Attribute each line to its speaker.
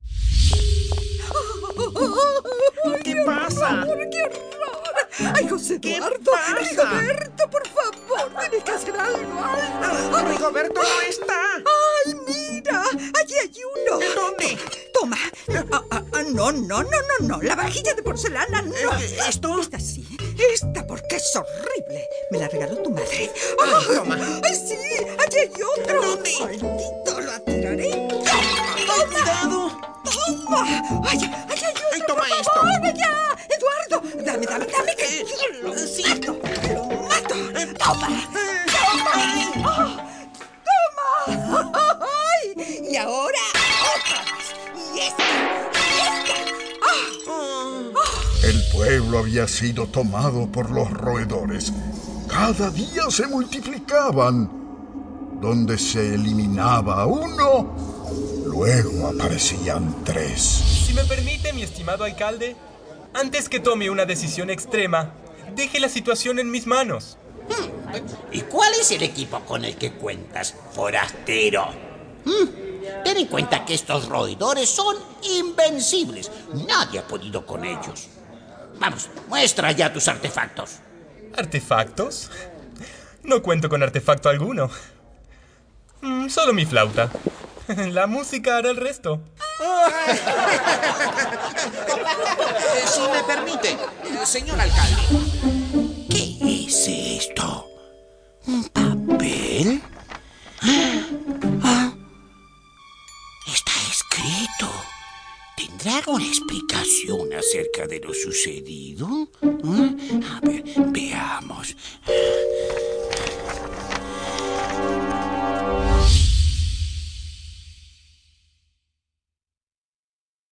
Speaker 1: pasa?
Speaker 2: favor, qué horror. Ay, José
Speaker 1: ¿Qué
Speaker 2: Eduardo,
Speaker 1: pasa?
Speaker 2: Rigoberto, por favor, tienes que hacer algo, algo.
Speaker 1: Ah, Rigoberto no está.
Speaker 2: Ay, mira, allí hay uno.
Speaker 1: ¿En dónde?
Speaker 2: Toma. Ah, ah, ah, no, no, no, no, no. La vajilla de porcelana, no.
Speaker 1: Eh, ¿esto?
Speaker 2: Esta sí. Esta porque es horrible. Me la regaló tu madre.
Speaker 1: Ah, toma.
Speaker 2: Ay, sí, allí hay otro.
Speaker 1: ¿Dónde?
Speaker 2: Maldito, lo atiraré.
Speaker 1: ¡Ten cuidado!
Speaker 2: ¡Toma! ¡Ay, ay, ay!
Speaker 1: Ay,
Speaker 2: ay
Speaker 1: toma
Speaker 2: por
Speaker 1: esto.
Speaker 2: favor, ya! ¡Eduardo! ¡Dame, dame, dame! ¡Que
Speaker 1: Eh,
Speaker 2: yo lo
Speaker 1: sí.
Speaker 2: mato! ¡Lo mato! ¡Toma!
Speaker 1: Eh,
Speaker 2: ¡Toma! ¡Oh! ¡Toma! ¡Ay! Y ahora, otra más. Y esta, y esta. ¡Ah!
Speaker 3: El pueblo había sido tomado por los roedores. Cada día se multiplicaban. Donde se eliminaba a uno, luego aparecían tres.
Speaker 4: Si me permite, mi estimado alcalde, antes que tome una decisión extrema, deje la situación en mis manos.
Speaker 5: ¿Y cuál es el equipo con el que cuentas, forastero? Mm, Ten en cuenta que estos roedores son invencibles. Nadie ha podido con ellos. Vamos, muestra ya tus artefactos.
Speaker 4: ¿Artefactos? No cuento con artefacto alguno. Mm, Solo mi flauta. La música hará el resto.
Speaker 6: Eh, Si me permite, eh, señor alcalde.
Speaker 5: ¿Qué es esto? ¿Un papel? Ah, Está escrito. ¿Tendrá alguna explicación acerca de lo sucedido? ¿Mm? A ver, veamos.